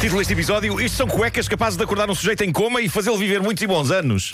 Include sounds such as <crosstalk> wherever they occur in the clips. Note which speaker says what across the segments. Speaker 1: Título deste episódio: Isto são cuecas capazes de acordar um sujeito em coma e fazê-lo viver muitos e bons anos.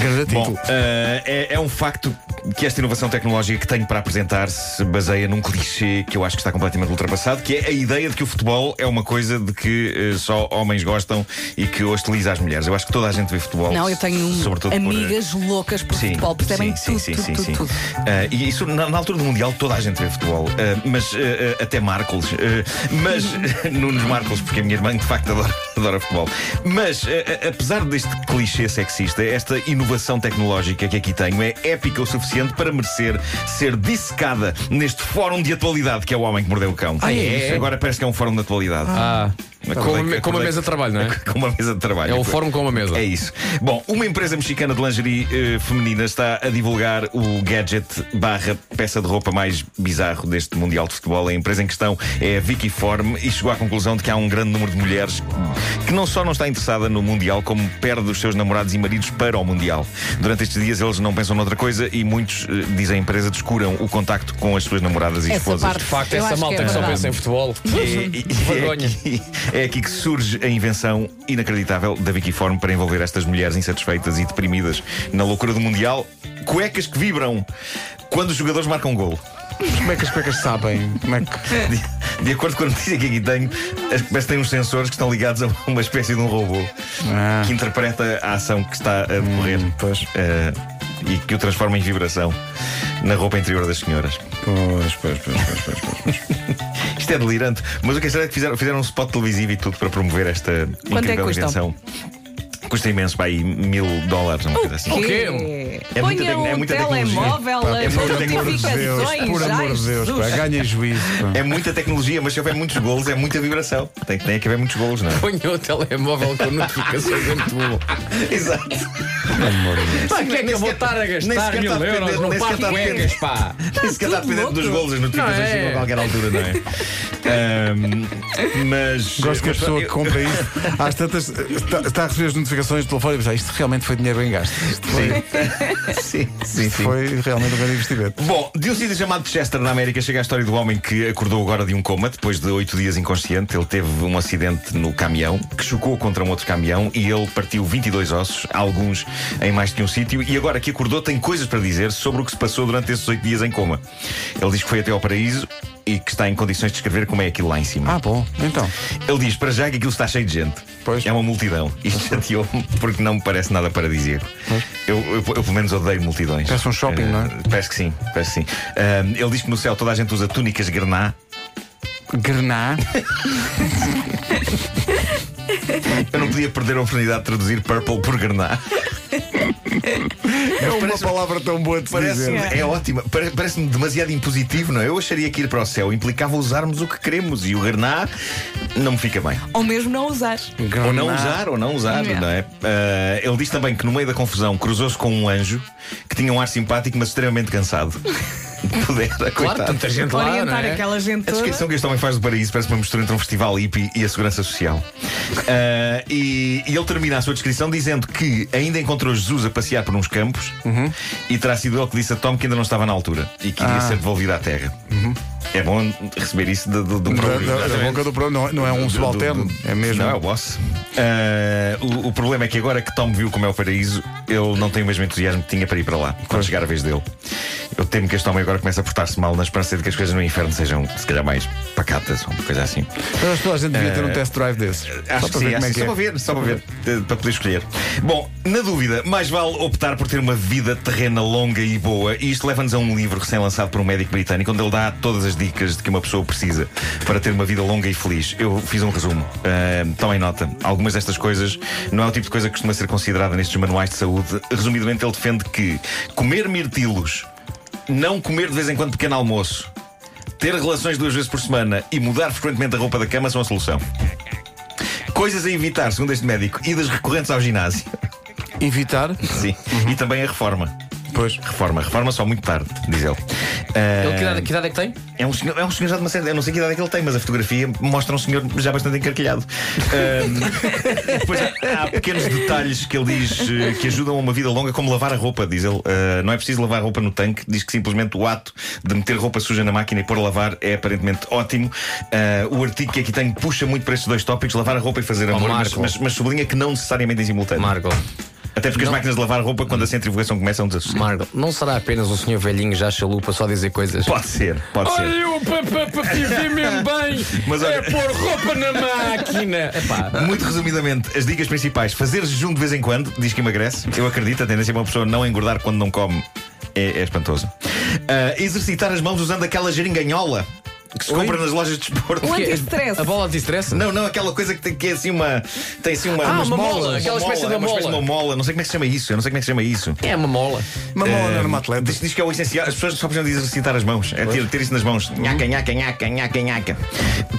Speaker 2: Grande
Speaker 1: Bom,
Speaker 2: título.
Speaker 1: eh, é, é um facto que esta inovação tecnológica que tenho para apresentar se baseia num clichê que eu acho que está completamente ultrapassado, que é a ideia de que o futebol é uma coisa de que eh, só homens gostam e que hostiliza as mulheres. Eu acho que toda a gente vê futebol.
Speaker 3: Não, eu tenho um-
Speaker 1: sobretudo por, eh,
Speaker 3: amigas loucas por futebol, percebem tudo, tudo, tudo, tudo.
Speaker 1: Ah, e isso na, na altura do Mundial toda a gente vê futebol, Ah, mas ah, ah, até Marcos, Ah, mas <laughs> Nunes Marcos, porque a minha irmã de facto adora, adora futebol. Mas ah, ah, apesar deste clichê sexista, esta inovação tecnológica que aqui tenho é épica o suficiente para merecer ser dissecada neste fórum de atualidade que é o homem que mordeu o cão.
Speaker 2: Ah, é?
Speaker 1: Agora parece que é um fórum de atualidade.
Speaker 4: Ah,
Speaker 1: Acordei-
Speaker 4: com, uma- com uma
Speaker 1: acordei-
Speaker 4: mesa de trabalho, não é?
Speaker 1: <laughs> Com uma mesa de trabalho.
Speaker 4: É o fórum com uma mesa.
Speaker 1: É isso. Bom, uma empresa mexicana de lingerie eh, feminina está a divulgar o gadget barra peça de roupa mais bizarro deste Mundial de Futebol. A empresa em questão é a Vicky Form e chegou à conclusão de que há um grande número de mulheres que não só não está interessada no Mundial, como perde os seus namorados e maridos para o Mundial. Durante estes dias eles não pensam noutra coisa e muitos, eh, diz a empresa, descuram o contacto com as suas namoradas e
Speaker 3: Essa
Speaker 1: esposas.
Speaker 3: parte
Speaker 4: De facto,
Speaker 3: Eu
Speaker 4: essa
Speaker 3: acho que
Speaker 4: malta
Speaker 3: é
Speaker 4: que só
Speaker 3: verdade.
Speaker 4: pensa em <laughs> futebol.
Speaker 1: E- e-
Speaker 4: Vergonha.
Speaker 1: É aqui, é aqui que surge a invenção inacreditável da Vicky Form para envolver estas mulheres insatisfeitas e deprimidas na loucura do Mundial. Cuecas que vibram quando os jogadores marcam um gol.
Speaker 2: Como é que as cuecas sabem? Como é que...
Speaker 1: De, de acordo com a notícia que aqui tenho, as cuecas têm uns sensores que estão ligados a uma espécie de um robô
Speaker 2: Ah.
Speaker 1: que interpreta a ação que está a decorrer
Speaker 2: Hum, pois.
Speaker 1: eh, e que o transforma em vibração na roupa interior das senhoras.
Speaker 2: Pois, pois, pois, pois, pois, pois, pois.
Speaker 1: Isto é delirante, mas o que é certo é que fizeram, fizeram um spot televisivo e tudo para promover esta
Speaker 3: é que
Speaker 1: incrível
Speaker 3: custa?
Speaker 1: invenção. Custa imenso, pá, aí mil dólares, uma coisa assim.
Speaker 4: O quê?
Speaker 1: É muita
Speaker 3: Ponham
Speaker 1: tec- é
Speaker 3: um
Speaker 1: muita tecnologia.
Speaker 3: telemóvel,
Speaker 1: Pá, é
Speaker 3: as
Speaker 1: muita tecnologia.
Speaker 3: notificações,
Speaker 2: por
Speaker 3: já
Speaker 2: amor de Deus, pá,
Speaker 3: Jesus.
Speaker 2: ganhem juízo. pá.
Speaker 1: É muita tecnologia, mas se houver muitos golos, é muita vibração. Tem, tem que haver muitos golos,
Speaker 4: <laughs>
Speaker 1: não é?
Speaker 4: Ponha o telemóvel com notificações é muito bom.
Speaker 1: Exato.
Speaker 4: Pá, que é que eu vou estar a
Speaker 1: nem
Speaker 4: gastar
Speaker 1: sequer
Speaker 4: mil
Speaker 1: está a
Speaker 4: euros
Speaker 1: depender-
Speaker 4: num
Speaker 1: nem
Speaker 4: par de
Speaker 1: sequer está a depender-
Speaker 4: cuecas, pá?
Speaker 1: Isso que está
Speaker 3: tudo
Speaker 1: dependendo dos
Speaker 3: louco.
Speaker 1: golos, as notificações
Speaker 4: Não, é.
Speaker 1: chegam a qualquer altura,
Speaker 4: <laughs>
Speaker 1: não é? Ahm, mas.
Speaker 2: Gosto que a
Speaker 1: mas-
Speaker 2: pessoa que
Speaker 1: eu-
Speaker 2: compra isso, às tantas, está, está a receber as notificações do telefone e pensa, "Ah, isto realmente foi dinheiro bem gasto. Isto foi,
Speaker 1: <laughs> Sim, sim,
Speaker 2: isto
Speaker 1: sim.
Speaker 2: foi realmente um grande investimento.
Speaker 1: Bom, de um sítio chamado Chester, na América, chega a história do homem que acordou agora de um coma, depois de oito dias inconsciente. Ele teve um acidente no caminhão, que chocou contra um outro caminhão e ele partiu 22 ossos, alguns em mais de um sítio. E agora que acordou, tem coisas para dizer sobre o que se passou durante esses oito dias em coma. Ele diz que foi até ao paraíso e que está em condições de escrever como é aquilo lá em cima.
Speaker 2: Ah, bom, então.
Speaker 1: Ele diz para já que aquilo está cheio de gente.
Speaker 2: Pois.
Speaker 1: É uma multidão. Isto chateou-me porque não me parece nada paradisíaco. Eu, eu, eu, pelo menos odeio multidões.
Speaker 2: Parece um shopping,
Speaker 1: Eh,
Speaker 2: não é?
Speaker 1: Parece que sim, parece que sim. Ah, ele diz que no céu toda a gente usa túnicas grená.
Speaker 2: Grená.
Speaker 1: Eu não podia perder a oportunidade de traduzir purple por grená.
Speaker 2: É uma palavra tão boa de se
Speaker 1: Parece
Speaker 2: dizer.
Speaker 1: é ótima. Pare- Parece-me demasiado impositivo, não é? Eu acharia que ir para o céu implicava usarmos o que queremos e o grená não me fica bem.
Speaker 3: Ou mesmo não usar.
Speaker 1: um- Ou não usar, ou não usar,
Speaker 3: Não.
Speaker 1: não é? Ah, ele diz também que no meio da confusão cruzou-se com um anjo que tinha um ar simpático, mas extremamente cansado. <laughs> Pudera,
Speaker 4: Claro,
Speaker 1: coitado.
Speaker 4: tanta gente lá, não
Speaker 3: Orientar
Speaker 4: é?
Speaker 3: aquela gente
Speaker 1: A
Speaker 3: toda.
Speaker 1: descrição que este homem faz do paraíso parece uma mistura entre um festival hippie e a segurança social. Ah, e, e ele termina a sua descrição dizendo que ainda encontrou Jesus a passear por uns campos e terá sido ele que disse a Tom que ainda não estava na altura e que iria ser devolvido à terra. É bom receber isso do, do, do
Speaker 2: Da,
Speaker 1: um próprio,
Speaker 2: da- da
Speaker 1: exatamente.
Speaker 2: boca do problema, não, não é um subalterno,
Speaker 1: Do- do-
Speaker 2: é mesmo.
Speaker 1: Não, é o boss. Ah, o, o problema é que agora que Tom viu como é o paraíso, ele não tem o mesmo entusiasmo que tinha para ir para lá, quando chegar a vez dele. Eu temo que este homem agora comece a portar-se mal na esperança de que as coisas no inferno sejam, se calhar, mais pacatas ou uma coisa assim.
Speaker 2: Eu acho que toda a gente devia ter um test drive desses.
Speaker 1: Eh, Acho que sim,
Speaker 2: é
Speaker 1: acho que é. só para ver, só para ver, eh, para poder escolher. Bom, na dúvida, mais vale optar por ter uma vida terrena longa e boa. E isto leva-nos a um livro recém-lançado por um médico britânico, onde ele dá todas as dicas de que uma pessoa precisa para ter uma vida longa e feliz. Eu fiz um resumo. Eh, tomem nota. Algumas destas coisas não é o tipo de coisa que costuma ser considerada nestes manuais de saúde. Resumidamente, ele defende que comer mirtilos, não comer de vez em quando pequeno almoço, ter relações duas vezes por semana e mudar frequentemente a roupa da cama são a solução. Coisas a evitar, segundo este médico, idas recorrentes ao ginásio.
Speaker 2: Invitar?
Speaker 4: Então,
Speaker 1: Sim. E também a reforma.
Speaker 2: Pois.
Speaker 1: Reforma, reforma só muito tarde, diz ele.
Speaker 4: Ele, que, idade, que idade é que tem?
Speaker 1: É um, senhor, é um senhor já de uma certa. Eu não sei que idade é que ele tem, mas a fotografia mostra um senhor já bastante encarquilhado. Ahm, <laughs> depois há, há pequenos detalhes que ele diz eh, que ajudam a uma vida longa, como lavar a roupa, diz ele. Ah, não é preciso lavar a roupa no tanque, diz que simplesmente o ato de meter roupa suja na máquina e pôr a lavar é aparentemente ótimo. Ah, o artigo que aqui tenho puxa muito para estes dois tópicos, lavar a roupa e fazer amor, mas,
Speaker 4: Oh, Marco.
Speaker 1: mas, mas sublinha que não necessariamente em simultâneo.
Speaker 4: Margot.
Speaker 1: Até porque as
Speaker 4: Não. Hum.
Speaker 1: máquinas de lavar roupa, quando a centrifugação começa, é um desassossego.
Speaker 4: Margot, não será apenas um senhor velhinho já chalupa só a dizer coisas?
Speaker 1: Pode ser, pode ser.
Speaker 4: o papapá vivi <laughs> mesmo bem É
Speaker 1: Mas olha-
Speaker 4: pôr roupa na máquina. Epá,
Speaker 1: Muito resumidamente, as dicas principais: fazer jejum de vez em quando, diz que emagrece. Eu acredito, a tendência é uma pessoa não engordar quando não come é, é espantoso. Ah, exercitar as mãos usando aquela geringanhola que se
Speaker 4: Oi?
Speaker 1: compra nas lojas de desporto.
Speaker 3: Oi?
Speaker 4: que-
Speaker 3: Anti-stress.
Speaker 4: A bola anti-stress?
Speaker 1: Não, não, aquela coisa que tem, que é assim uma. Tem assim uma.
Speaker 4: Ah, uma mola,
Speaker 1: uma
Speaker 4: aquela espécie de
Speaker 1: é uma
Speaker 4: mola.
Speaker 1: espécie de uma mola. Não sei como é que se chama isso. Eu não sei como é que se chama isso.
Speaker 4: É uma mola.
Speaker 2: Mamão era uma
Speaker 1: Diz,
Speaker 2: atleta.
Speaker 1: diz que é o essencial. As pessoas só precisam de exercitar as mãos. É ter, ter isso nas mãos. Nhaca, nhaca, nhaca, nhaca, nhaca.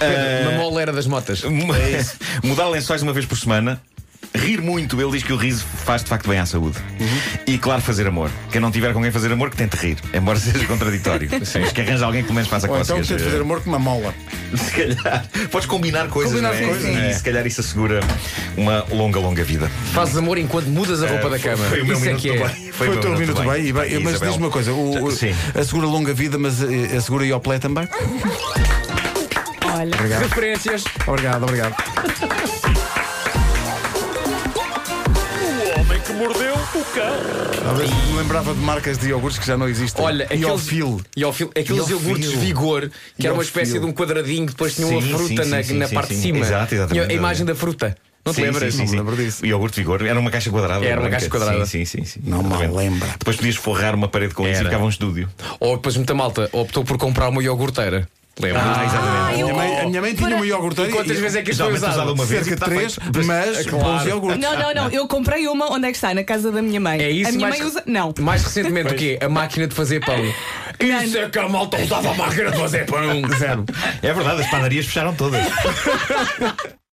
Speaker 1: Eh,
Speaker 4: Uma mola era das motas.
Speaker 1: Mu-
Speaker 2: É
Speaker 1: <laughs> Mudar lençóis uma vez por semana. Rir muito, ele diz que o riso faz de facto bem à saúde. E claro, fazer amor. Quem não tiver com quem fazer amor, que tente rir. Embora <laughs> seja contraditório. Mas que arranje alguém que pelo menos faça
Speaker 2: Ou então
Speaker 1: cócegas. eh,
Speaker 2: tento fazer amor com uma mola.
Speaker 1: <laughs> Se calhar. Podes combinar coisas.
Speaker 2: Combinar
Speaker 1: não é?
Speaker 2: coisas,
Speaker 1: E
Speaker 2: é.
Speaker 1: se calhar isso assegura uma longa, longa vida.
Speaker 4: Fazes amor enquanto mudas a roupa da cama.
Speaker 1: Eh, Foi o meu
Speaker 4: Isso é
Speaker 1: minuto
Speaker 4: que
Speaker 1: do
Speaker 4: é.
Speaker 1: bem.
Speaker 2: Foi, o
Speaker 1: meu
Speaker 2: teu minuto bem. e bem- mas
Speaker 1: Isabel.
Speaker 2: diz-me uma coisa: o, o-
Speaker 1: Sim.
Speaker 2: assegura longa vida, mas eh, assegura ioplé também?
Speaker 3: Olha.
Speaker 4: Referências.
Speaker 2: Obrigado, obrigado.
Speaker 5: O homem que mordeu o cão.
Speaker 2: Talvez me lembrava de marcas de iogurtes que já não existem.
Speaker 4: Olha, aqueles,
Speaker 2: Iofil.
Speaker 4: Iofil- aqueles
Speaker 1: Iofil.
Speaker 4: iogurtes vigor, que era uma
Speaker 2: Iofil.
Speaker 4: espécie de um quadradinho, que depois tinha uma
Speaker 1: Sim,
Speaker 4: fruta
Speaker 1: sim,
Speaker 4: na,
Speaker 1: sim,
Speaker 4: na
Speaker 1: sim,
Speaker 4: parte
Speaker 1: sim.
Speaker 4: de cima.
Speaker 1: Exato, exatamente.
Speaker 4: Tinha A imagem da fruta. Não
Speaker 1: Sim,
Speaker 4: te lembras?
Speaker 1: sim, sim,
Speaker 2: Não me
Speaker 1: sim.
Speaker 2: lembro disso.
Speaker 1: O iogurte vigor era uma caixa quadrada.
Speaker 4: Era uma
Speaker 1: branca.
Speaker 4: caixa quadrada.
Speaker 1: Sim, sim, sim. sim.
Speaker 2: Não me
Speaker 1: Exatamente.
Speaker 2: lembro.
Speaker 1: Depois podias forrar uma parede com isso e
Speaker 4: Era.
Speaker 1: ficava um estúdio.
Speaker 4: Ou Oh, depois muita malta optou por comprar uma iogurteira. Lembra?
Speaker 1: Ah, exatamente.
Speaker 3: Ah,
Speaker 2: A
Speaker 3: eu-
Speaker 2: minha mãe, a minha mãe tinha
Speaker 3: Para-
Speaker 2: uma iogurteira.
Speaker 4: Quantas
Speaker 2: e-
Speaker 4: vezes é que isto foi
Speaker 1: Geralmente usada
Speaker 4: usado?
Speaker 1: uma vez.
Speaker 2: Cerca
Speaker 1: e
Speaker 2: de
Speaker 1: tá
Speaker 2: três,
Speaker 1: feito.
Speaker 2: mas
Speaker 4: claro.
Speaker 2: com os iogurtes.
Speaker 3: Não, não, não. Eu comprei uma onde é que está? Na casa da minha mãe.
Speaker 4: É isso
Speaker 3: A minha
Speaker 4: mais-
Speaker 3: mãe usa. Não.
Speaker 4: Mais recentemente, o quê? A máquina de fazer pão. Isso é que a malta usava a máquina de fazer pão.
Speaker 1: É verdade, as padarias fecharam todas.